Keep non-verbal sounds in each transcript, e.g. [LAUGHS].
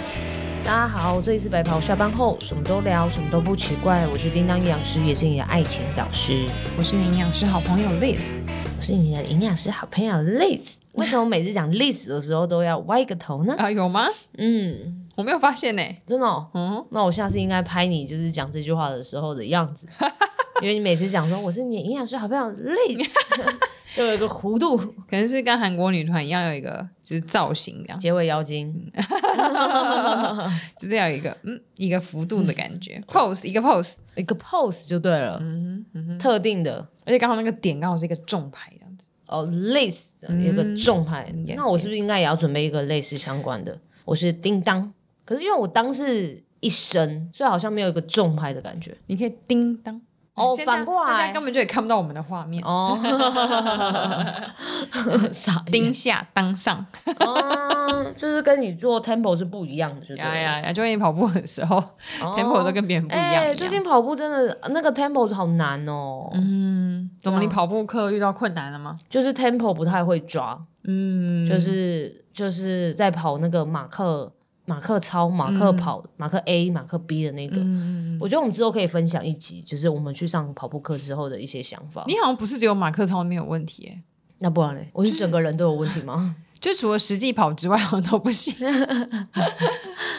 大家好，这里是白袍下班后，什么都聊，什么都不奇怪。我是叮当营养师，也是你的爱情导师，我是你营养师好朋友 Liz。我是你的营养师好朋友 Liz。为 [LAUGHS] 什么每次讲 Liz 的时候都要歪个头呢？啊，有吗？嗯，我没有发现呢、真的、哦。嗯，那我下次应该拍你，就是讲这句话的时候的样 [LAUGHS] 子，因为你每次讲说我是你的营养师好朋友 Liz，就 [LAUGHS] 有一个弧度，可能是跟韩国女团一样，有一个就是造型这样，结尾妖精。就是要有一个嗯一个幅度的感觉、p o s e 一个 pose，一个 pose 就对了，嗯嗯哼，特定的而且刚好那个点刚好是一个重牌这样子，哦，list 嗯有个重牌， Yes, 那我是不是应该也要准备一个类似相关的？我是叮当，可是因为我当是一声，所以好像没有一个重牌的感觉。你可以叮当哦现在反过来大家根本就也看不到我们的 [LAUGHS] 画面， [LAUGHS] 哦，傻眼叮下当上，哦，就是跟你做 tempo 是不一样的，就对了呀呀呀！就跟你跑步的时候、哦 t e m p o 都跟别人不一样一哎、样最近跑步真的那个 tempo 好难哦，嗯，怎么对你啊跑步课遇到困难了吗？就是 tempo 不太会抓，嗯，就是就是在跑那个马克马克操、马克跑、马克 A、马克 B 的那个。嗯，我觉得我们之后可以分享一集，就是我们去上跑步课之后的一些想法。你好像不是只有马克操没有问题、欸，那不然嘞，我是整个人都有问题吗？就除了实际跑之外，好像都不行，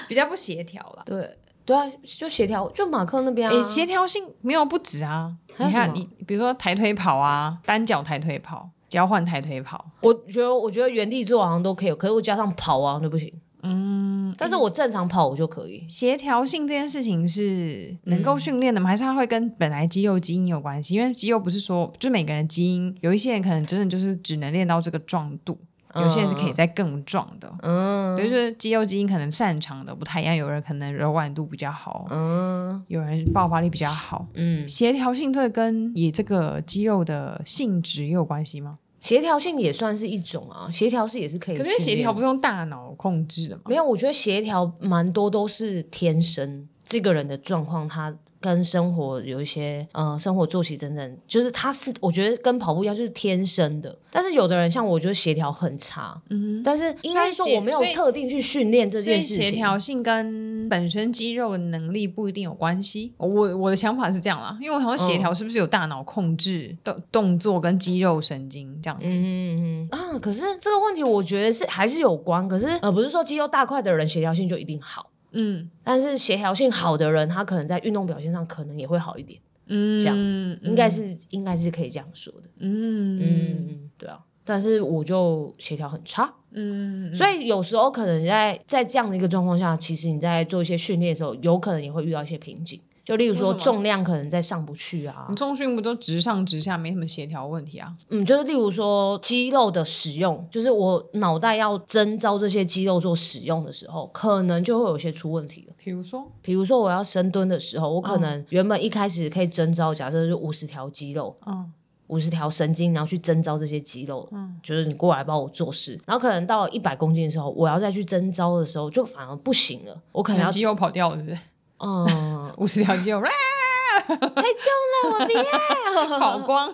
比较不协调啦。 [LAUGHS] 对对啊，就协调，就马克那边啊，诶、协调性没有不止啊！还有你什看么你，比如说抬腿跑啊，单脚抬腿跑，交换抬腿跑，我觉得我觉得原地做好像都可以，可是我加上跑啊那不行。嗯，但是我正常跑我就可以。协调性这件事情是能嗯够训练的吗？还是它会跟本来肌肉基因有关系？因为肌肉不是说，就每个人基因，有一些人可能真的就是只能练到这个壮度，有些人是可以再更壮的。嗯比如说肌肉基因可能擅长的不太一样，有人可能柔软度比较好，嗯有人爆发力比较好。嗯，协调性这跟你这个肌肉的性质也有关系吗？协调性也算是一种啊，协调是也是可以可训练的。是协调不是用大脑控制的吗？没有，我觉得协调蛮多都是天生，这个人的状况，他跟生活有一些，呃，生活作息等等，就是他是我觉得跟跑步一样，就是天生的。但是有的人像我，觉得协调很差，嗯但是应该说所以协我没有所以特定去训练这哼，所以件事情。协调性跟本身肌肉的能力不一定有关系。我我的想法是这样啦，因为我想说协调是不是有大脑控制动动作跟肌肉神经这样子？嗯嗯嗯啊，可是这个问题我觉得是还是有关，可是呃，不是说肌肉大块的人协调性就一定好，嗯但是协调性好的人，他可能在运动表现上可能也会好一点，嗯，这样样应该是应该是可以这样说的。嗯嗯嗯，对啊。但是我就协调很差，嗯，所以有时候可能在在这样的一个状况下，其实你在做一些训练的时候，有可能也会遇到一些瓶颈。就例如说为什么嗯重量可能再上不去啊你，重训不都直上直下，没什么协调问题啊？嗯，就是例如说肌肉的使用，就是我脑袋要征召这些肌肉做使用的时候，可能就会有些出问题了。比如说，比如说我要深蹲的时候，我嗯可能原本一开始可以征召，假设是五十条肌肉，嗯五十条神经，然后去征召这些肌肉，嗯就是你过来帮我做事。然后可能到一百公斤的时候，我要再去征召的时候，就反而不行了。我可能要，哎肌肉跑掉了，是不是？ [LAUGHS] 嗯，五十条肌肉太重了，我不要。跑 [LAUGHS] 光，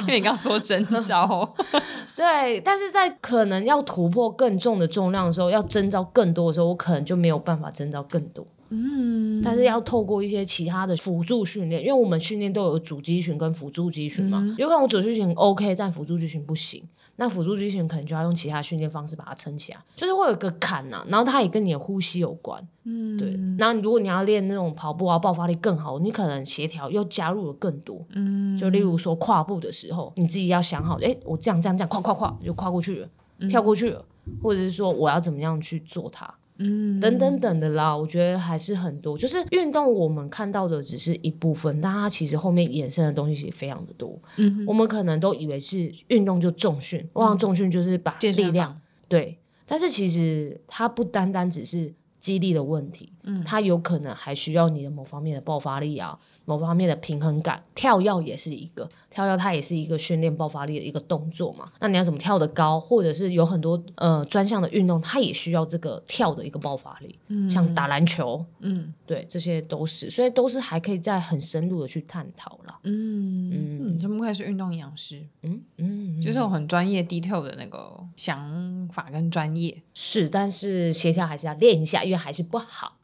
因为你刚刚说真哦招， [LAUGHS] 对，但是在可能要突破更重的重量的时候，要征召更多的时候，我可能就没有办法征召更多。嗯，但是要透过一些其他的辅助训练，因为我们训练都有主肌群跟辅助肌群嘛，嗯有可能我主肌群 OK，但辅助肌群不行。那辅助肌群可能就要用其他训练方式把它撑起来，就是会有一个坎呐、然后它也跟你的呼吸有关，嗯，对。然后如果你要练那种跑步啊，爆发力更好，你可能协调又加入了更多，嗯，就例如说跨步的时候，你自己要想好，诶，我这样这样这样跨跨跨就跨过去了，跳过去了，或者是说我要怎么样去做它，嗯，等等等的啦，我觉得还是很多。就是运动，我们看到的只是一部分，但它其实后面衍生的东西其实非常的多。嗯哼我们可能都以为是运动就重训，我想重训就是把健身力房量、对，但是其实它不单单只是肌力的问题，嗯，它有可能还需要你的某方面的爆发力啊，某方面的平衡感。跳跃也是一个，跳跃它也是一个训练爆发力的一个动作嘛。那你要怎么跳得高，或者是有很多呃专项的运动，它也需要这个跳的一个爆发力，嗯，像打篮球，嗯对，这些都是，所以都是还可以再很深入的去探讨啦。嗯嗯，怎么不愧是运动营养师？嗯嗯，就是有很专业 detail 的那个想法跟专业，是，但是协调还是要练一下，因为还是不好。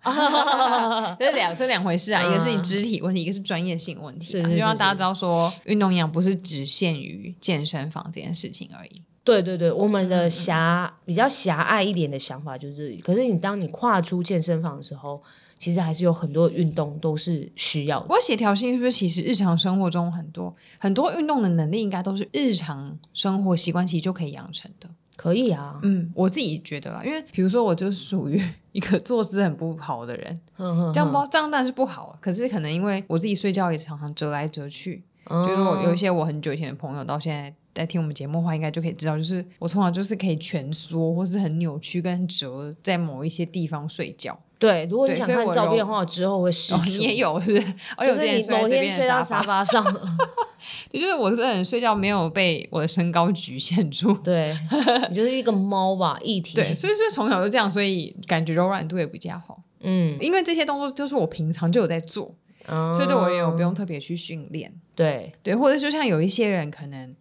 这两这两回事啊，嗯一个是你肢体问题，一个是专业性问题、是啊，是是就让大家知道说，运动营养不是只限于健身房这件事情而已。对对对，我们嗯的狭比较狭隘一点的想法就是，可是你当你跨出健身房的时候，其实还是有很多运动都是需要不的。过协调性是不是其实日常生活中很多很多运动的能力，应该都是日常生活习惯其实就可以养成的。可以啊，嗯，我自己觉得啦，因为比如说我就属于一个坐姿很不好的人，这嗯这样不这样当然是不好，啊可是可能因为我自己睡觉也常常折来折去，就就是我有一些我很久以前的朋友到现在在听我们节目的话，应该就可以知道，就是我从小就是可以蜷缩或是很扭曲跟折在某一些地方睡觉。对，如果你对想所以看我照有片的话，我之后会试哦出。，你也有 [LAUGHS] 是不是？而且就我之是前你睡在某这天边的睡到沙沙发，发上， [LAUGHS] 就是我这个人睡觉没有被我的身高局限住。对你就是一个猫吧，一体。对，所以说从小就这样，所以感觉柔软度也比较好。嗯，因为这些动作就是我平常就有在做，所所以对我而言，我不用特别去训练。嗯对对，或者就像有一些人，可能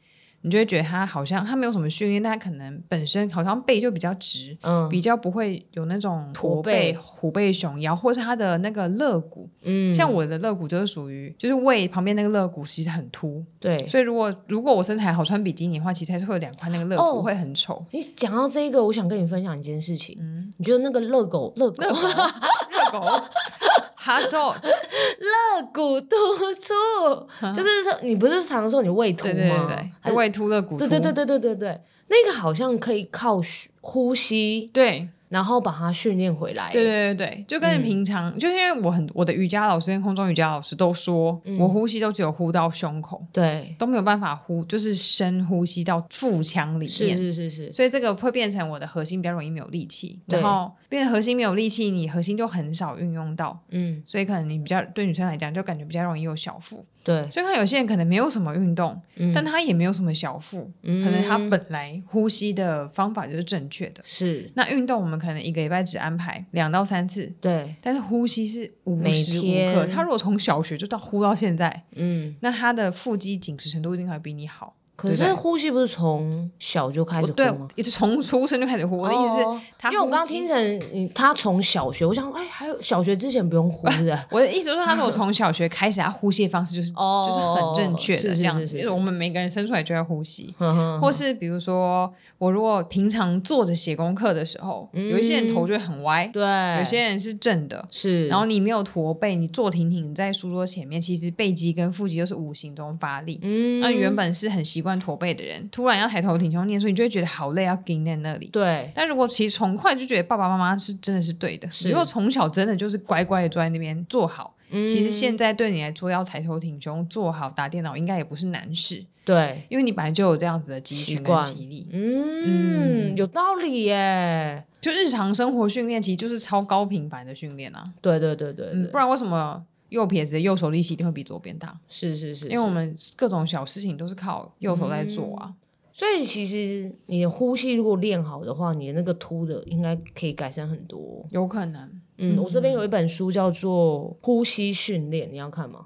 你就会觉得他好像他没有什么训练，但他可能本身好像背就比较直，嗯比较不会有那种驼驼背背、虎背熊腰，或是他的那个肋骨。嗯，像我的肋骨就是属于，就是胃旁边那个肋骨其实很凸，对。所以如果如果我身材好穿比基尼的话，其实还是会有两块那个肋哦骨会很丑。你讲到这个，我想跟你分享一件事情。 [LAUGHS] 嗯，你觉得那个乐狗乐狗肋骨，肋骨。哈豆， [LAUGHS] 乐骨突出，就是说你不是常说你胃突对对对吗对？还对，是胃凸肋骨凸，对对对对对对对，那个好像可以靠呼吸，对然后把它训练回来。对对对对，就跟嗯你平常，就是因为我很我的瑜伽老师跟空中瑜伽老师都说，嗯我呼吸都只有呼到胸口，对，都没有办法呼，就是深呼吸到腹腔里是面。是是是，所以这个会变成我的核心比较容易没有力气，对然后变成核心没有力气，你核心就很少运用到，嗯，所以可能你比较对女生来讲就感觉比较容易有小腹。对，所以看有些人可能没有什么运动，嗯但他也没有什么小腹，可能他嗯本来呼吸的方法就是正确的。是那运动我们可能一个礼拜只安排两到三次，对，但是呼吸是无每时无刻。天他如果从小学就到呼到现在，嗯。那他的腹肌紧实程度一定还比你好。可对是不呼吸不是从小就开对始我呼对吗？，也就从出生就开始呼。我的意思哦是，他因为我刚呼刚吸听，成你他从小学，我想哎，还有小学之前不用呼的我的意思是，他如果从小学开始，他呼吸的方式就是 [LAUGHS] 哦，就是很正确是的是这样是子。是因是嗯为我们每个人生出来就要呼吸。哼哼 [LAUGHS] 或是比如说，我如果平常坐着写功课的时候，有一些人头就会很歪， [LAUGHS] 嗯对，有些人是正的，是，然后你没有驼背，你坐挺挺在书桌前面，其实背肌跟腹肌都是无形中发力。嗯，那、原本是很习惯驼背的人，突然要抬头挺胸念书，你就会觉得好累，要盯在那里。对但如果其实从快就觉得爸爸妈妈是真的是对的，是如果从小真的就是乖乖的坐在那边坐好，其实嗯现在对你来说要抬头挺胸坐好打电脑应该也不是难事，对，因为你本来就有这样子的肌习群惯跟肌力。嗯，有道理耶，就日常生活训练其实就是超高频繁的训练啊，对对对对嗯，对，不然为什么右撇子的右手力气一定会比左边大？是是是，因为我们各种小事情都是靠右手在做嗯啊。所以其实你的呼吸如果练好的话，你的那个凸的应该可以改善很多。有可能嗯，我这边有一本书叫做《呼吸训练》，你要看吗？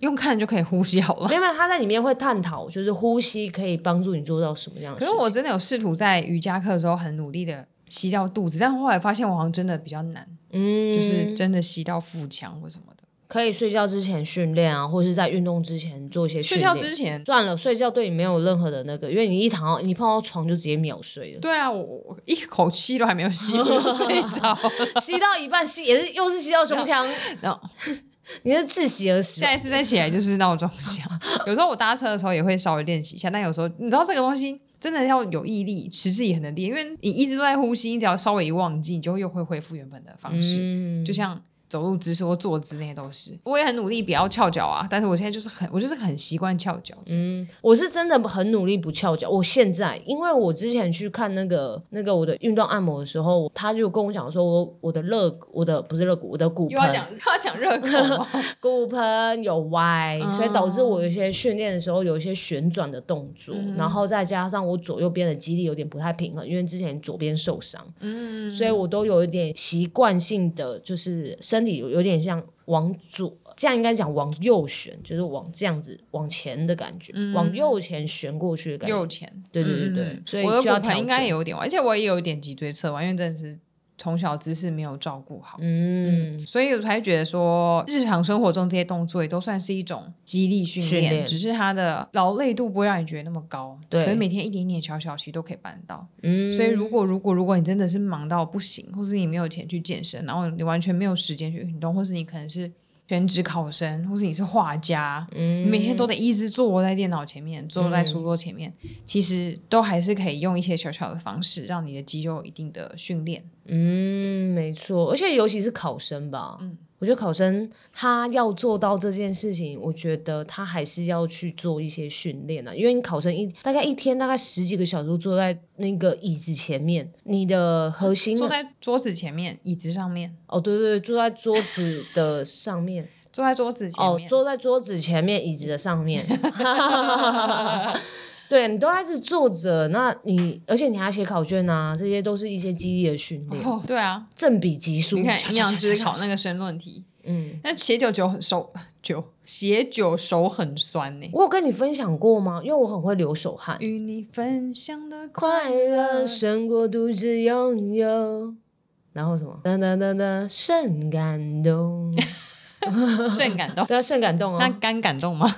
用看就可以呼吸好了。没有，没有，它在里面会探讨，就是呼吸可以帮助你做到什么样的可事是情。我真的有试图在瑜伽课的时候很努力的吸到肚子，但后来发现我好像真的比较难，嗯，就是真的吸到腹腔或什么的。可以睡觉之前训练啊，或是在运动之前做一些训睡练。觉之前，算了，睡觉对你没有任何的那个，因为你一躺到你碰到床就直接秒睡了，对啊，我我我一口气都还没有吸，我就睡着 [LAUGHS] 了。吸到一半吸也是又是吸到胸腔， [LAUGHS] 然后 [LAUGHS] 你是窒息而死。下一次再起来就是闹钟响。有时候我搭车的时候也会稍微练习一下，但有时候你知道这个东西。真的要有毅力，持之以恒的练，因为你一直都在呼吸，你只要稍微一忘记，你就又会恢复原本的方式。嗯，就像走路姿势或坐姿那些都是。我也很努力不要翘脚啊，但是我现在就是很，我就是很习惯翘脚。嗯，我是真的很努力不翘脚。我现在，因为我之前去看那个那个我的运动按摩的时候，他就跟我讲说我，我的肋骨，我的不是肋骨，我的骨又要盆讲 [LAUGHS] 又要讲热狗吗，骨盆有歪，哦所以导致我有一些训练的时候有一些旋转的动作，嗯然后再加上我左右边的肌力有点不太平衡，因为之前左边受伤， [LAUGHS] 嗯，所以我都有一点习惯性的就是身身体有有点像往左，这样应该讲往右旋，就是往这样子往前的感觉，往右前旋过去的感嗯右觉。前，对对对嗯对，嗯嗯所以我的就要骨调整。盆应该也有点弯，而且我也有一点脊椎侧弯，因为真的是从小姿势没有照顾好。嗯，所以我才觉得说，日常生活中这些动作也都算是一种肌力训训练，练只是它的劳累度不会让你觉得那么高。对可是每天一点点小小其实都可以办到。嗯，所以如果如果如果你真的是忙到不行，或是你没有钱去健身，然后你完全没有时间去运动，或是你可能是全职考生，或是你是画家，你嗯每天都得一直坐在电脑前面，坐在书桌前面，其实都还是可以用一些小小的方式，让你的肌肉有一定的训练。嗯，没错，而且尤其是考生吧，嗯，我觉得考生他要做到这件事情，我觉得他还是要去做一些训练啊，因为你考生一大概一天大概十几个小时都坐在那个椅子前面，你的核心坐在桌子前面、椅子上面，哦，对对对，坐在桌子的上面，坐在桌子前哦，面，坐在桌子前面椅子的上 [LAUGHS] 面， [LAUGHS] 对你都还是坐着，那你而且你还要写考卷啊，这些都是一些激励的训练，哦，对啊，正比级数，你看营养师考那。那个申论题，嗯，那写久久很手久写久手很酸呢、我有跟你分享过吗？因为我很会流手汗。与你分享的快乐胜过独自拥有，然后什么？噔噔噔噔，甚感 [LAUGHS] 动，甚 [LAUGHS] 感动。对啊，甚感动那哦。干感动吗？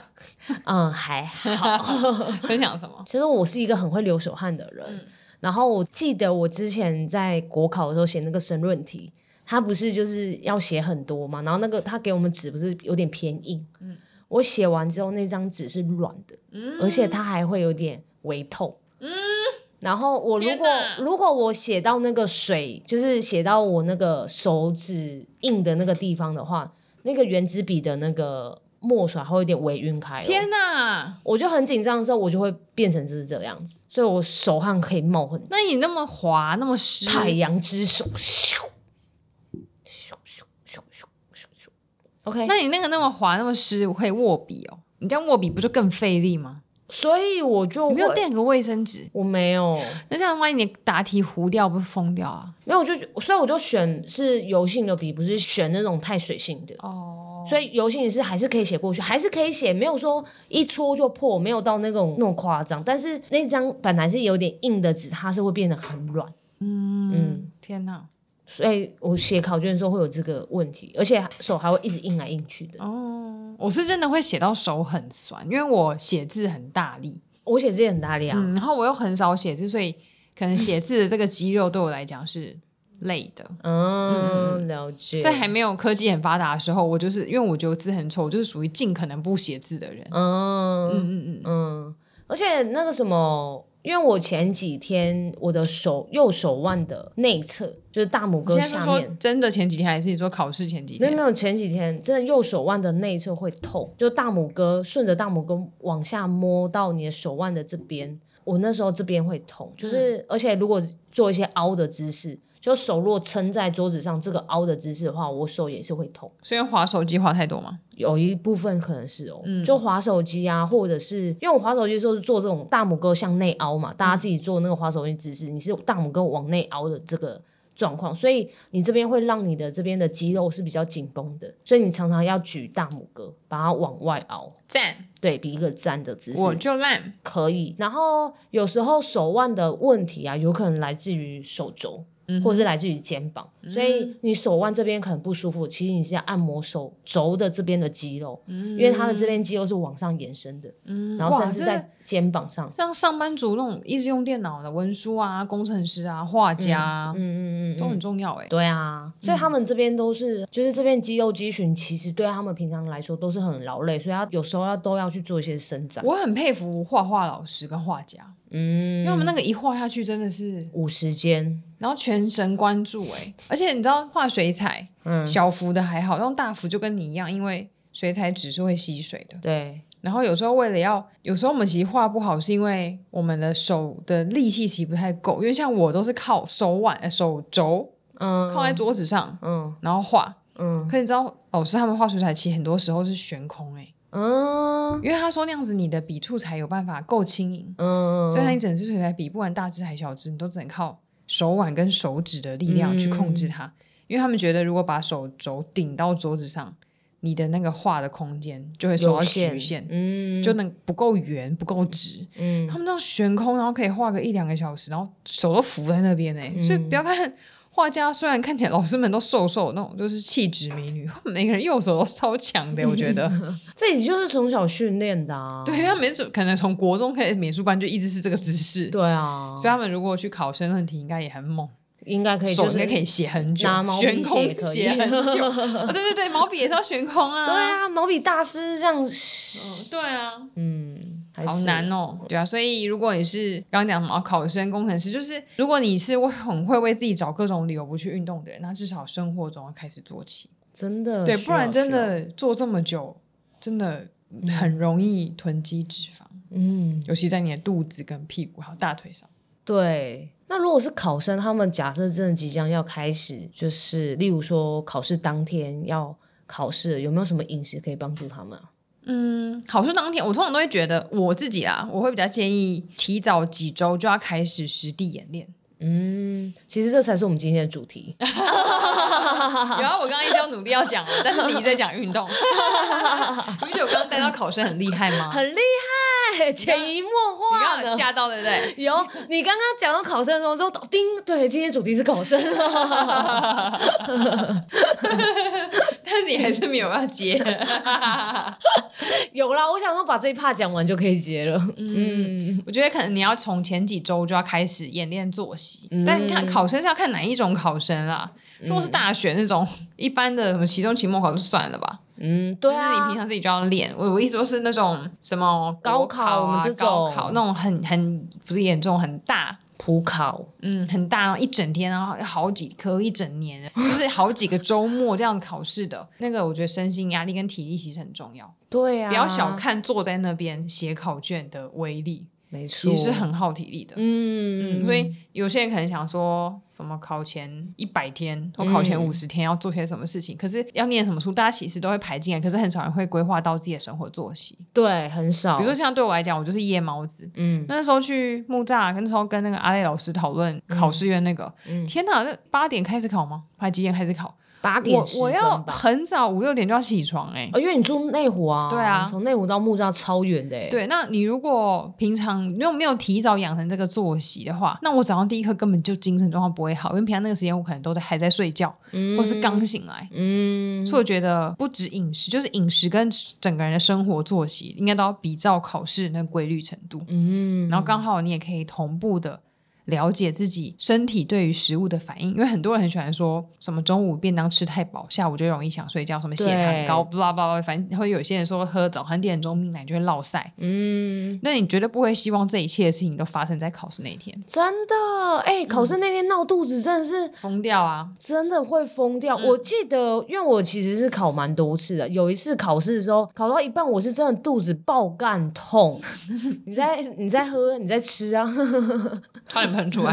嗯，还好。 [LAUGHS] 分享什么？其实我是一个很会流手汗的人。嗯然后我记得我之前在国考的时候写那个申论题，它不是就是要写很多嘛，然后那个他给我们纸不是有点偏硬，嗯我写完之后那张纸是软的，而且它还会有点微透，然后我如嗯天果哪如果我写到那个水，就是写到我那个手指印的那个地方的话，那个圆珠笔的那个墨水还会有点微晕开、哦，天哪！我就很紧张的时候，我就会变成是这样子，所以我手汗可以冒很多。那你那么滑，那么湿，太阳之手，咻咻咻咻咻咻咻，OK。那你那个那么滑，那么湿，我可以握笔哦。你这样握笔不就更费力吗？所以我就你没有会垫个卫生纸，我没有，那这样万一你答题糊掉，不是疯掉啊？没有，我就所以我就选是油性的笔，不是选那种太水性的。哦，所以油性也是还是可以写过去，还是可以写，没有说一戳就破，没有到那种那么夸张。但是那张本来是有点硬的纸，它是会变得很软，嗯，天哪！所以我写考卷的时候会有这个问题，而且手还会一直硬来硬去的。我是真的会写到手很酸，因为我写字很大力，我写字也很大力啊，嗯，然后我又很少写字，所以可能写字的这个肌肉对我来讲是累的。嗯，了解。在还没有科技很发达的时候，我就是因为我觉得我字很丑，我就是属于尽可能不写字的人。嗯嗯嗯嗯，嗯，而且那个什么，因为我前几天我的手右手腕的内侧，就是大拇你哥现在是下说面。真的前几天，还是你说考试前几没有天没？有，前几天真的右手腕的内侧会痛，就大拇哥顺着大拇哥往下摸到你的手腕的这边，我那时候这边会痛，就是、嗯而且如果做一些凹的姿势，就手若撑在桌子上这个凹的姿势的话，我手也是会痛。所以划手机划太多吗？有一部分可能是哦，就滑手机啊，或者是因为我滑手机的时候是做这种大拇哥向内凹嘛，大家自己做那个滑手机姿势，你是大拇哥往内凹的这个状况，所以你这边会让你的这边的肌肉是比较紧绷的，所以你常常要举大拇哥，把它往外凹，赞，对比一个站的姿势我就烂。可以。然后有时候手腕的问题啊，有可能来自于手肘。嗯或者是来自于肩膀，所以你手腕这边可能不舒服，其实你是要按摩手肘的这边的肌肉，嗯因为它的这边肌肉是往上延伸的，然后哇甚至这在肩膀上，像上班族那种一直用电脑的文书啊、工程师啊、画家啊，嗯嗯嗯都很重要哎、对啊，所以他们这边都是，就是这边肌肉肌群，其实对他们平常来说都是很劳累，所以他有时候要都要去做一些伸展，我很佩服画画老师跟画家，嗯，因为我们那个一画下去真的是，五十肩，然后全神贯注哎、而且你知道画水彩，嗯，小幅的还好，用大幅就跟你一样，因为水彩纸是会吸水的。对，然后有时候为了要，有时候我们其实画不好，是因为我们的手的力气其实不太够，因为像我都是靠手腕、呃手肘嗯靠在桌子上，嗯然后画。嗯可你知道，老师他们画水彩，其实很多时候是悬空哎、嗯因为他说那样子你的笔触才有办法够轻盈，嗯，所以他一整支水彩笔，不管大支还小支，你都只能靠手腕跟手指的力量去控制它。因为他们觉得如果把手肘顶到桌子上，你的那个画的空间就会受到局限，嗯，就能不够圆、不够直。嗯他们这样悬空，然后可以画个一两个小时，然后手都浮在那边呢、嗯所以不要看画家，虽然看起来老师们都瘦瘦那种，就是气质美女，每个人右手都超 [LAUGHS] 强的、我觉得。这也就是从小训练的啊。对，他们可能从国中开始，美术班就一直是这个姿势。对啊，所以他们如果去考申论题，应该也很猛，应该可以，手就是应该可以写很久拿毛，笔悬写也空可以写很 [LAUGHS] 久。哦对对对，毛笔也是要悬空啊。对，啊，毛笔大师这样，嗯，对啊，嗯，还好是难哦。对啊，所以如果你是刚刚讲什么哦考生、工程师，就是如果你是会很会为自己找各种理由不去运动的人，那至少生活中要开始做起。真的对，需不然要真，需要的做这么久，真的很容易囤积脂肪，嗯，尤其在你的肚子跟屁股还有大腿上。对。那如果是考生，他们假设真的即将要开始，就是例如说考试当天要考试，有没有什么饮食可以帮助他们啊？嗯，考试当天，我通常都会觉得我自己啦，我会比较建议提早几周就要开始实地演练。嗯，其实这才是我们今天的主题。然后啊我刚刚一直要努力要讲了，但是你一直在讲运 [LAUGHS] 动，你不觉得我刚刚带到考生很厉害吗？很厉害，潜移默啊你化刚刚有的。吓到对 [LAUGHS] 不对？有，你刚刚讲到考生的时候，都叮，对，今天主题是考 [LAUGHS] 生。但是你还是没有要接。 [LAUGHS] 有啦，我想说把这一趴讲完就可以结了。嗯，我觉得可能你要从前几周就要开始演练作息，嗯但看考生是要看哪一种考生啦。如果是大学那种一般的什么期中、期末考就算了吧，嗯，对就是你啊平，常自己就要练。我我一直都是那种什么高国考考我们啊、这种高考那种很很不是严重很大，普考，嗯，很大，然后一整天，然后好几科，一整 [LAUGHS] 年，就是好几个周末这样考试的。那个我觉得身心压力跟体力其实很重要，对啊，不要小，看坐在那边写考卷的威力，没错，其实是，很耗体力的。嗯嗯，所以有些人可能想说什么考前一百天或考前嗯五十天要做些什么事情，可是要念什么书，大家其实都会排进来，可是很少人会规划到自己的生活作息。对很少，比如说，像对我来讲，我就是夜猫子，嗯， [LAUGHS] 那时候去木栅，那时候跟那个阿磊老师讨论考试院那个，嗯天哪，那八点开始考吗？还几点开始考？八点我十我分要吧。很早五六点就要起床哎、哦因为你住内湖啊，对啊从内湖到木栅超远的欸，对，那你如果平常如果没有提早养成这个作息的话，那我早上第一课根本就精神状况不会好，因为平常那个时间我可能都在还在睡觉，嗯，或是刚醒来。嗯，所以我觉得不止饮食，就是饮食跟整个人的生活作息，应该都要比照考试那规律程度。嗯，然后刚好你也可以同步的了解自己身体对于食物的反应，因为很多人很喜欢说什么中午便当吃太饱，下午就容易想睡觉，什么血糖高，不啦不啦，反正会有些人说喝早餐店中命奶就会落晒。嗯，那你绝对不会希望这一切的事情都发生在考试那一天，真的，哎，考嗯试那天闹肚子真的是疯掉啊！真的会疯掉。嗯我记得，因为我其实是考蛮多次的。有一次考试的时候，考到一半，我是真的肚子爆干 [LAUGHS] 痛。你在你在喝，你在吃啊， [LAUGHS] 差点喷出来。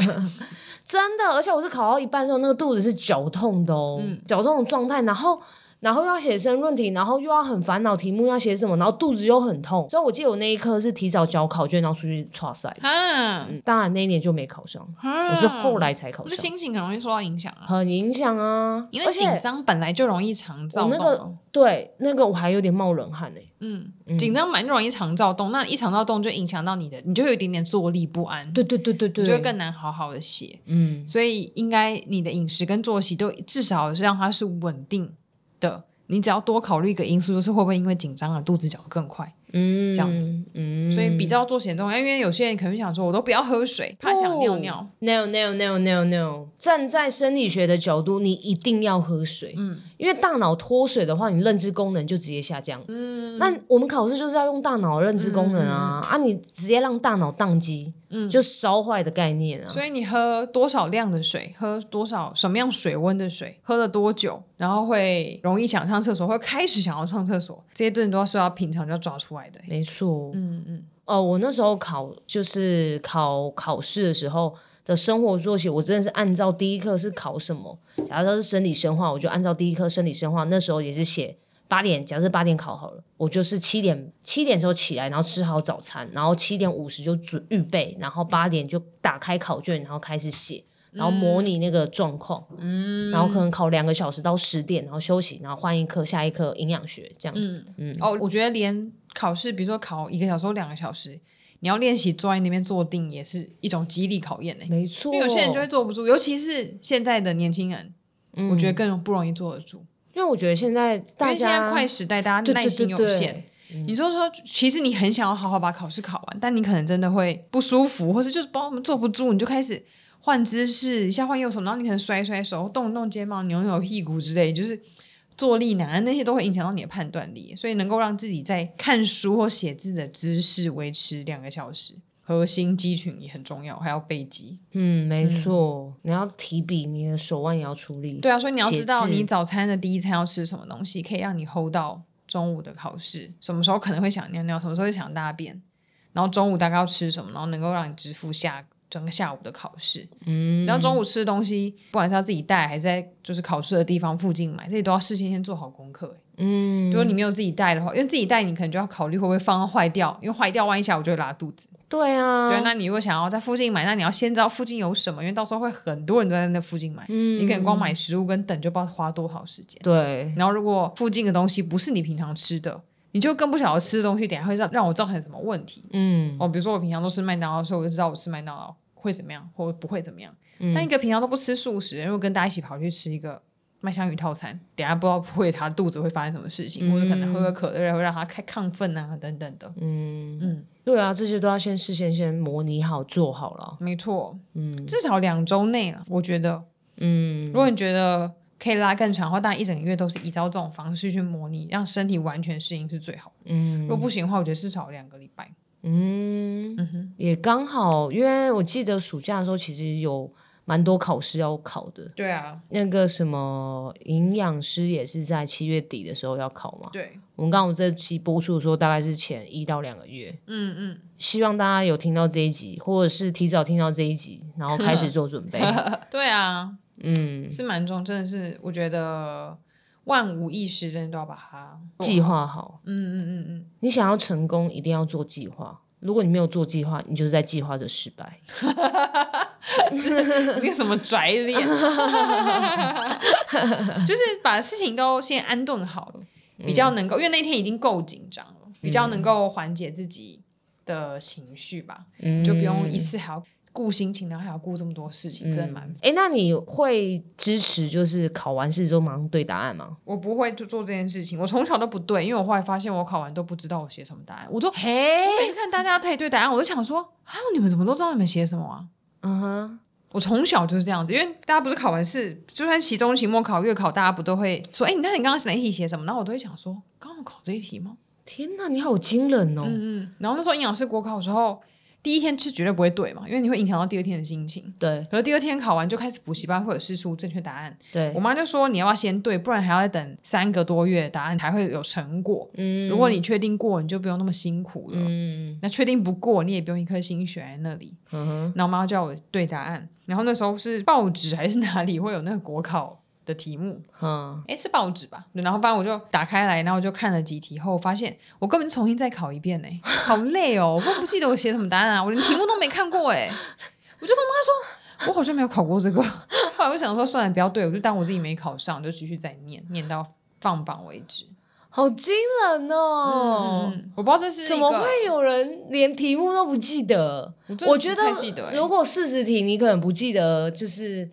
真的。而且我是考到一半的时候，那个肚子是绞痛的哦，嗯绞痛的状态。然后然后又要写申论题，然后又要很烦恼题目要写什么，然后肚子又很痛。所以我记得我那一科是提早交考卷，然后出去刷赛。啊，当然那一年就没考上，我我是后，来才考我的上，嗯心情很容易受到影响啊，很影响啊。因而为且紧张本来就容易肠我躁那动个了。对那个我还有点冒冷汗欸呢、嗯，紧张蛮容易肠躁动，那一肠躁动就影响到你的，你就有一点点坐立不安。对对对对对，就会更难好好的写。嗯所以应该你的饮食跟作息都至少是让它是稳定的。你只要多考虑一个因素，就是会不会因为紧张而肚子绞得更快。嗯这样子，嗯，所以比较做显重要，因为有些人可能想说，我都不要喝水，怕想哦尿尿。 No no no no no，站在生理学的角度，你一定要喝水，嗯，因为大脑脱水的话，你认知功能就直接下降。嗯，那我们考试就是要用大脑的认知功能嗯啊，啊，你直接让大脑宕机，嗯，就烧坏的概念啊。所以你喝多少量的水，喝多少什么样水温的水，喝了多久，然后会容易想上厕所，会开始想要上厕所，这些东西都是要平常就要抓出来的。没错，嗯嗯，哦，我那时候考就是考考试的时候的生活作息，我真的是按照第一课是考什么，假设是生理生化，我就按照第一课生理生化，那时候也是写八点，假设八点考好了，我就是七点七点的时候起来，然后吃好早餐，然后七点五十就准预备，然后八点就打开考卷，然后开始写。然后模拟那个状况，嗯然后可能考两个小时到十点，然后休息，然后换一科下一科营养学这样子。嗯，哦，我觉得连考试，比如说考一个小时或两个小时，你要练习坐在那边坐定，也是一种肌力考验呢、欸没错。因为有些人就会坐不住，尤其是现在的年轻人，嗯，我觉得更不容易坐得住，因为我觉得现在因大为现在家快时代，大家对对耐心有对对限。你说说，其实你很想要好好把考试考完，但你可能真的会不舒服，或是就是帮我们坐不住，你就开始换姿势，一下换右手，然后你可能甩甩手，动一动肩膀，扭扭屁股之类，就是坐立难安，那些都会影响到你的判断力。所以能够让自己在看书或写字的姿势维持两个小时，核心肌群也很重要，还要背肌。嗯，没错，你要提笔，你的手腕也要出力。对啊，所以你要知道写字你早餐的第一餐要吃什么东西，可以让你 hold 到中午的考试。什么时候可能会想尿尿，什么时候会想大便，然后中午大概要吃什么，然后能够让你支付下整个下午的考试。嗯，然后中午吃的东西，不管是要自己带，还是在就是考试的地方附近买，这些都要事先先做好功课、欸。嗯如，果你没有自己带的话，因为自己带你可能就要考虑会不会放到坏掉，因为坏掉万一下午就会拉肚子。对啊，对，那你如果想要在附近买，那你要先知道附近有什么，因为到时候会很多人都在那附近买。嗯你可能光买食物跟等就不知道花多少时间。对，然后如果附近的东西不是你平常吃的，你就更不晓得吃的东西，等一下会让让我造成什么问题。嗯，哦，比如说我平常都吃麦当劳，所以我就知道我吃麦当劳会怎么样，或不会怎么样。嗯但一个平常都不吃素食的人，如果跟大家一起跑去吃一个麦香鱼套餐，等一下不知道会他肚子会发生什么事情，或者可能喝个可乐会让他太亢奋啊，等等的。嗯嗯嗯，对啊，这些都要先事先先模拟好做好了。没错，嗯至少两周内了，我觉得嗯如，果你觉得可以拉更长的话，大概一整个月都是依照这种方式去模拟，让身体完全适应是最好的。嗯如果不行的话，我觉得至少两个礼拜。嗯，嗯哼，也刚好，因为我记得暑假的时候其实有蛮多考试要考的，对啊，那个什么营养师也是在七月底的时候要考嘛。对，我们刚好这期播出的时候大概是前一到两个月，嗯嗯，希望大家有听到这一集，或者是提早听到这一集，然后开始做准 [LAUGHS] 备。对啊，嗯，是蛮重，真的是我觉得万无一失，真的都要把它做计好。划好，嗯嗯嗯嗯，你想要成功，一定要做计划。如果你没有做计划，你就是在计划着失败。那个什么拽脸，就是把事情都先安顿好了，比较能够，因为那天已经够紧张了，比较能够缓解自己的情绪吧，嗯，就不用一次还要顾心情，然后还要顾这么多事情，真的蛮。哎、那你会支持就是考完试之后马上对答案吗？我不会做做这件事情，我从小都不对，因为我后来发现我考完都不知道我写什么答案，我都嘿，每次看大家可以对答案，我就想说啊，你们怎么都知道你们写什么啊？嗯哼，我从小就是这样子，因为大家不是考完试，就算期中、期末考、月考，大家不都会说，哎、你那你刚刚哪一题写什么？然后我都会想说，刚刚我考这一题吗？天哪，你好惊人哦！嗯嗯。然后那时候营养师国考的时候，第一天是绝对不会对嘛，因为你会影响到第二天的心情。对可是第二天考完就开始补习班，会有试出正确答案。我对，妈就说你要不要先对，不然还要再等三个多月答案才会有成果。嗯如果你确定过，你就不用那么辛苦了。嗯那确定不过，你也不用一颗心悬在那里。嗯哼，然后我妈叫我对答案，然后那时候是报纸还是哪里会有那个国考的题目，嗯诶，是报纸吧？对然后反正我就打开来，然后我就看了几题后，发现我根本就重新再考一遍呢、好累哦！我根本不记得我写什么答案啊，我连题目都没看过哎、我就跟我妈说，我好像没有考过这个。 [LAUGHS] 后来我想说，算了，不要对，我就当我自己没考上，就继续再念，念到放榜为止。好惊人哦！嗯，我不知道这是一个怎么会有人连题目都不记得？我真的我觉不太记得、得，欸，如果四十题你可能不记得，就是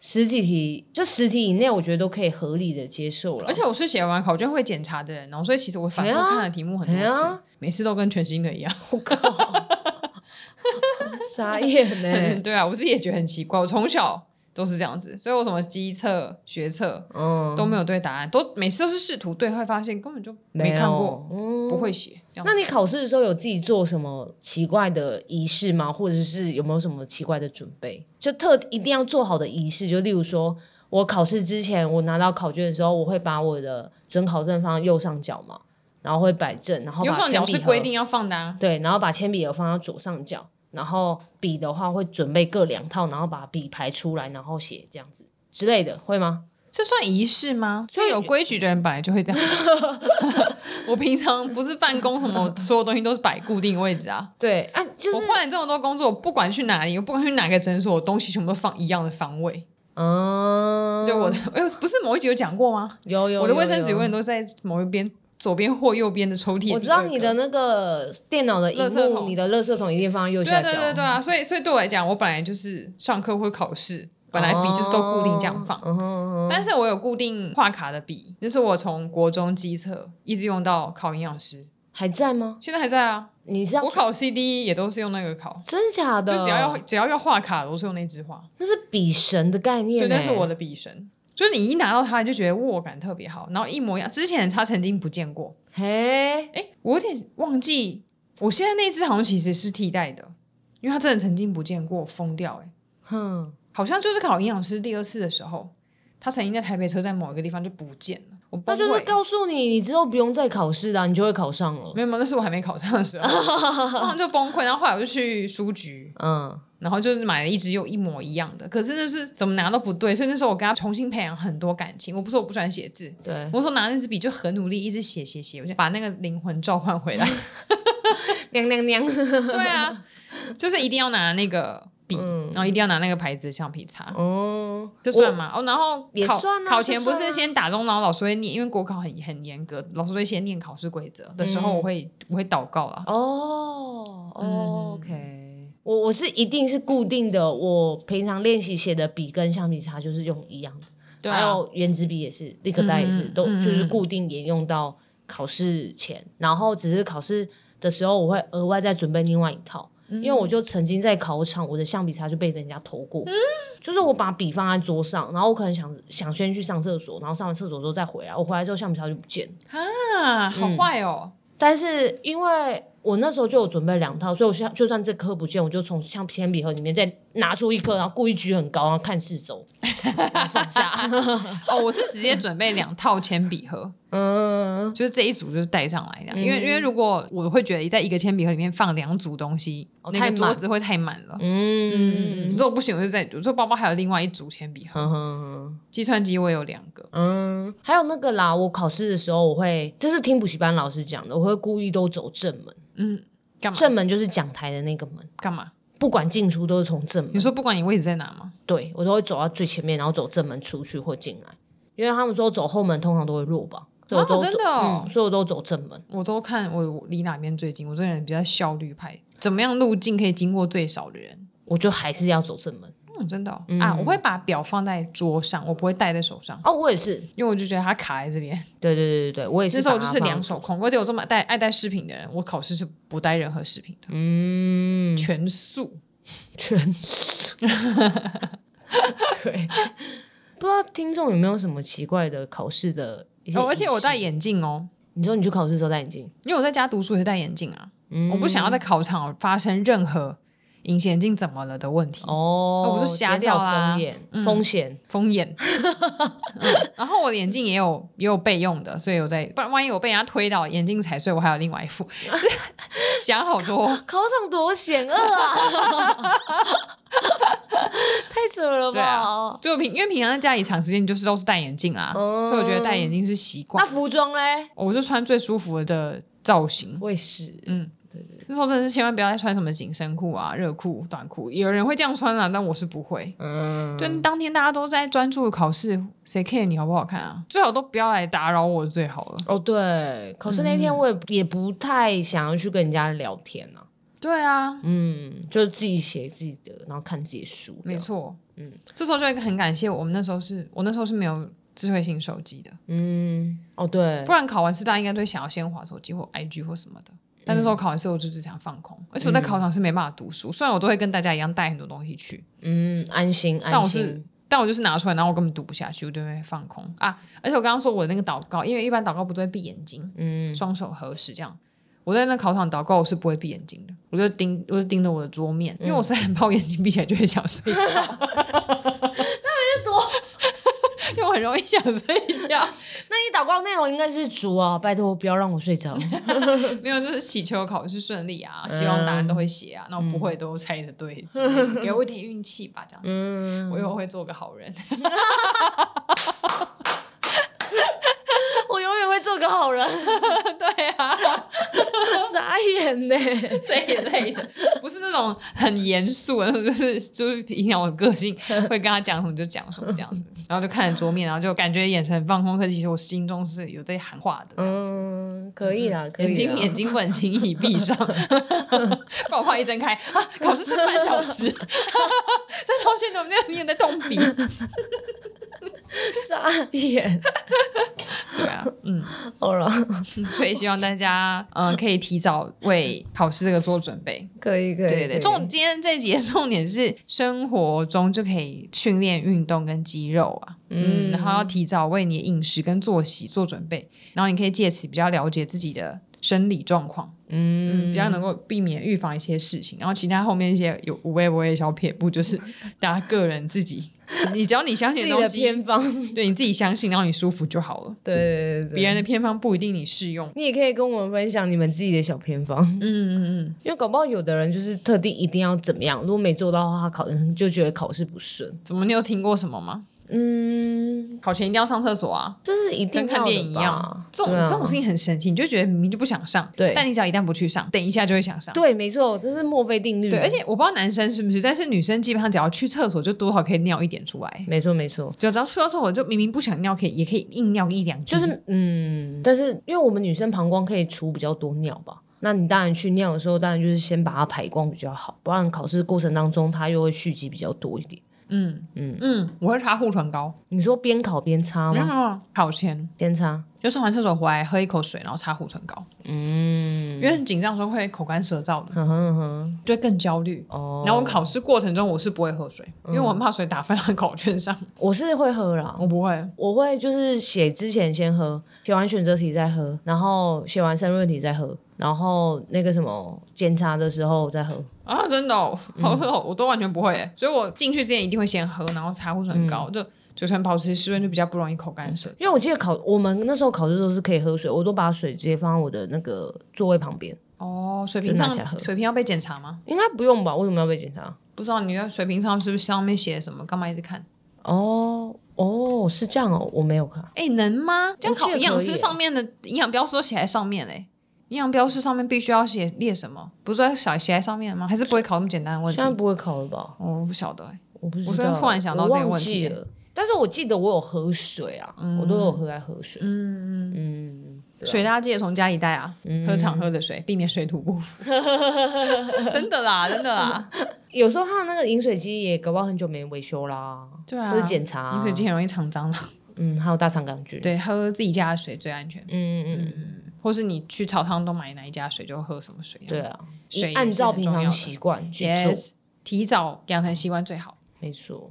十几题，就十题以内，我觉得都可以合理的接受了。而且我是写完考卷会检查的人，然后哦所以其实我反复哎呀看了题目很多次，哎呀每次都跟全新的一样。我靠，傻 [LAUGHS] 眼欸呢、对啊，我自己也觉得很奇怪，我从小都是这样子，所以我什么机测、学测嗯，都没有对答案，都每次都是试图对，会发现根本就没没看过，有，嗯不会写。这样那你考试的时候有自己做什么奇怪的仪式吗？或者是有没有什么奇怪的准备？就特一定要做好的仪式，就例如说，我考试之前，我拿到考卷的时候，我会把我的准考证放在右上角嘛，然后会摆正，然后把右上角铅笔是盒规定要放的、啊，对，然后把铅笔盒放到左上角，然后笔的话会准备各两套，然后把笔排出来，然后写这样子之类的，会吗？这算仪式吗？所以有规矩的人本来就会这样。 [LAUGHS] 我平常不是办公什么，所有东西都是摆固定位置啊。对啊，就是我换了这么多工作，我不管去哪里，我不管去哪个诊所，我东西全部都放一样的方位。嗯，就我的， [LAUGHS] 哎、不是某一集有讲过吗？有有我的有卫生纸有永远都在某一边，左边或右边的抽屉。我知道你的。那个电脑的荧垃圾幕，桶你的垃圾桶一定放在右对下啊，角。对对对啊！所以所以对我来讲，我本来就是上课或考试，本来笔就是都固定这样放。哦嗯哼嗯哼但是我有固定画卡的笔，那是我从国中基测一直用到考营养师，还在吗？现在还在啊。你是要我考 CD 也都是用那个考，真假的？就只要要只要要画卡，我是用那支画。那是笔神的概念、对，欸。那是我的笔神。就是你一拿到它，你就觉得握感特别好，然后一模一样。之前他曾经不见过，嘿，哎，我有点忘记，我现在那支好像其实是替代的，因为他真的曾经不见过，疯掉哎、哼，好像就是考营养师第二次的时候，他曾经在台北车站某一个地方就不见了，我那崩就是溃。告诉你，你之后不用再考试啊啦，你就会考上了。没有没有，那是我还没考上的时候，我好像就崩溃。然后后来我就去书局，嗯，然后就是买了一支又一模一样的，可是就是怎么拿都不对，所以那时候我跟他重新培养很多感情。我不是说我不喜欢写字，对，我说拿那支笔就很努力，一直写写写，我就把那个灵魂召唤回来。 [LAUGHS] 娘娘娘，对啊，就是一定要拿那个笔，嗯然后一定要拿那个牌子的橡皮擦。 [LAUGHS] 哦，这算吗？哦，然后也考算啊考这前不算是啊先打钟，然后老师会念，因为国考很很严格，老师会先念考试规则的时候，嗯我会我会祷告啦。哦、嗯 o k 我我是一定是固定的，我平常练习写的笔跟橡皮擦就是用一样的，对还啊，有圆珠笔也是，立可带也是，嗯都嗯就是固定沿用到考试前，然后只是考试的时候我会额外再准备另外一套。因嗯为我就曾经在考场，我的橡皮擦就被人家偷嗯过，就是我把笔放在桌上，然后我可能想想先去上厕所，然后上完厕所之后再回来，我回来之后橡皮擦就不见了。啊，好嗯坏哦，但是因为我那时候就有准备两套，所以我现在就算这颗不见，我就从橡铅笔盒里面再拿出一颗，然后故意举很高，然后看四周，然后放下。 [LAUGHS] 哦，我是直接准备两套铅笔盒，嗯，就是这一组就是带上来的，因为因为如果我会觉得在一个铅笔盒里面放两组东西，哦那太个桌满子会太满了。嗯，嗯如果不行，我就在我说包包还有另外一组铅笔盒，哼嗯哼计算机我也有两个。嗯，还有那个啦，我考试的时候我会，这是听补习班老师讲的，我会故意都走正门，嗯，干嘛正门就是讲台的那个门，干嘛？不管进出都是从正门你。说不管你位置在哪吗？对我都会走到最前面，然后走正门出去或进来，因为他们说走后门通常都会落榜，所以我啊都走、真的哦嗯，所以我都走正门。我都看我离哪边最近，我这个人比较效率派，怎么样路径可以经过最少的人？我就还是要走正门。嗯，真的哦、啊，我会把表放在桌上，我不会戴在手上，哦，我也是，因为我就觉得它卡在这 [LAUGHS] 边。对对对对对，我也是。那时候我就是两，手空，而且我这么带爱带饰品的人，我考试是不带任何饰品的， [LAUGHS] 嗯，全素。全是。对，不知道听众有没有什么奇怪的考试的一些、哦，而且我戴，眼镜哦，你说你去考试的时候戴眼镜，因为我在家读书也是戴眼镜啊，嗯我不想要在考场发生任何隐形眼镜怎么了的问题， [LAUGHS] 哦，我不是瞎掉啦嗯减少风险，风险，风眼。嗯然后我的眼镜也有也有备用的，所以我在不然万一我被人家推倒眼镜踩碎，我还有另外一副。想好多，考场多险恶啊！ [LAUGHS] 太扯了对吧？哦啊就平因为平常在家里长时间就是都是戴眼镜啊，嗯所以我觉得戴眼镜是习那惯。服装嘞？我就穿最舒服的造型。我也是，嗯，对对那时候真的是千万不要再穿什么紧身裤啊、热裤、短裤，有人会这样穿啊，但我是不会。嗯，对，当天大家都在专注考试，谁 care 你好不好看啊？最好都不要来打扰我最好了。哦，对，考试那天嗯我也、也不太想要去跟人家聊天啊，对啊，嗯，就是自己写自己的，然后看自己的书，没，错，嗯嗯，这时候就会很感谢我们那时候是我那时候是没有智慧型手机的，嗯，哦对不，然考完试大家应该都会想要先滑手机或 IG 或什么的。但那时候考完试，我就只想放空，而且我在考场是没办法读书。虽然我都会跟大家一样带很多东西去，嗯，安心但安我是心，但我就是拿出来，然后我根本读不下去，我就会放空啊。而且我刚刚说我那个祷告，因为一般祷告不都会闭眼睛，嗯，双手合十这样。我在那考场祷告，我是不会闭眼睛的，我就盯，我就盯着我的桌面，嗯因为我实在很怕我眼睛闭起来就会想睡觉。那你是多，因为我很容易想睡 [LAUGHS] 觉。那你祷告内容应该是主啊，拜托不要让我睡 [LAUGHS] 着，没有，就是祈求考试顺利啊，嗯希望答案都会写啊，那、我不会都猜的对，之类 [LAUGHS] 的给我一点运气吧，这样子，嗯，我以后会做个好人。个好 [LAUGHS] 人， [LAUGHS] 对啊，傻眼 [LAUGHS] 呢。这一类的，不是那种很严肃的，就是就是影响我的个性，会跟他讲什么就讲什么这样子，然后就看着桌面，然后就感觉眼神放空，可是其实我心中是有在喊话的。嗯，啊可以啦，可以啦。眼睛眼睛不能轻易闭上，把我话一睁开啊，考试剩半小时， [LAUGHS] 在同学怎么没有在动笔？ [LAUGHS] 傻眼。对啊，嗯，好了，所以希望大家嗯、呃可以提早为考试这个做准备。可以可以。对对对，可以重今天这节重点是生活中就可以训练运动跟肌肉啊，嗯，嗯然后要提早为你的饮食跟作息做准备，然后你可以借此比较了解自己的生理状况，嗯，嗯比较能够避免预防一些事情，然后其他后面一些有无微不微的小撇 [LAUGHS] 步，就是大家个人自己，你只要你相自信己的东的西，偏方。 [LAUGHS] 对你自己相信，然后你舒服就好了，对对对对，别人的偏方不一定你适用，你也可以跟我们分享你们自己的小偏方， [LAUGHS] 嗯嗯嗯，因为搞不好有的人就是特定一定要怎么样，如果没做到的话，他考嗯就觉得考试不顺。怎么你有听过什么吗？嗯，考前一定要上厕所啊。就是一定跟要看电影一的样吧，这种、对啊这种事情很神奇，你就觉得明明就不想上，对但你只要一旦不去上，等一下就会想上，对，没错，这是墨菲定律。对，而且我不知道男生是不是，但是女生基本上只要去厕所就多少可以尿一点出来，没错没错，就只要去到厕所就明明不想尿，可以也可以硬尿一两滴，就是嗯，但是因为我们女生膀胱可以储比较多尿吧，那你当然去尿的时候，当然就是先把它排光比较好，不然考试过程当中它又会蓄积比较多一点。嗯嗯嗯嗯，我会擦护唇膏，嗯你说边考边擦没有吗？没有没有考前边擦，就上完厕所回来喝一口水，然后擦护唇膏，嗯，因为很紧张的时候会口干舌燥的，哼哼哼，就会更焦虑。哦，然后我考试过程中我是不会喝水，因为我很怕水打翻到考卷上，我是会喝啦，嗯我不会。我会就是写之前先喝，写完选择题再喝，然后写完申论题再喝，然后那个什么检查的时候再喝。啊，真的、哦，我、我都完全不会耶，所以我进去之前一定会先喝，然后擦护唇膏，就嘴唇保持湿润，就比较不容易口干舌。因为我记得考我们那时候考试的时候是可以喝水，我都把水直接放在我的那个座位旁边，哦，水瓶就上拿起来喝水瓶要被检查吗？应该不用吧？为什么要被检查？不知道你在水瓶上是不是上面写什么？干嘛一直看？哦哦，是这样哦，我没有看。哎，能吗？这我样考记得营养可以师耶上面的营养标识都写在上面嘞。营养标识上面必须要写列什么？不是在写写在上面吗？还是啊不会考那么简单的问现题？在不会考了吧？哦我不晓得耶，我不知道，我现在突然想到我这个问忘题记了。但是我记得我有喝水啊，我都有喝在喝水。嗯，嗯，对啊水大家记得从家里带啊，喝常喝的水，避免水土不 [LAUGHS] 服。真的啦，真的啦，有时候他的那个饮水机也搞不好很久没维修啦，对啊，或者检查、饮水机很容易长蟑螂。嗯，还有大肠杆菌。对，喝自己家的水最安全，嗯，嗯嗯嗯，或是你去草汤都买哪一家水就喝什么水。对啊，水也你是按照平很重要常的习惯去做，yes，提早养成习惯最好。没错。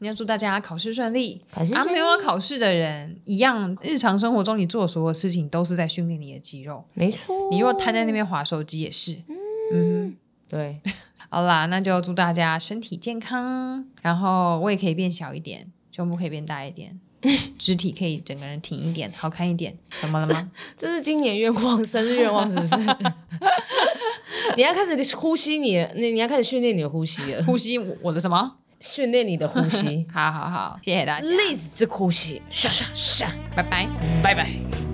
你要祝大家考试顺利。考试啊，顺没有要考试的人，一样日常生活中你做的所有事情都是在训练你的肌肉。没错，你如果瘫在那边划手机也是。嗯对， [LAUGHS] 哼，好啦，那就祝大家身体健康，然后胃可以变小一点，胸部可以变大一点，肢体可以整个人挺一点，好看一点。怎么了吗？这是今年愿望，生日愿望是不 [LAUGHS] 是？你要开始呼吸你的，你你要开始训练你的呼吸了，呼吸我我的什么？训练你的呼吸 [LAUGHS] ，好好好，谢谢大家，累死之呼吸，刷刷刷，拜拜。拜拜。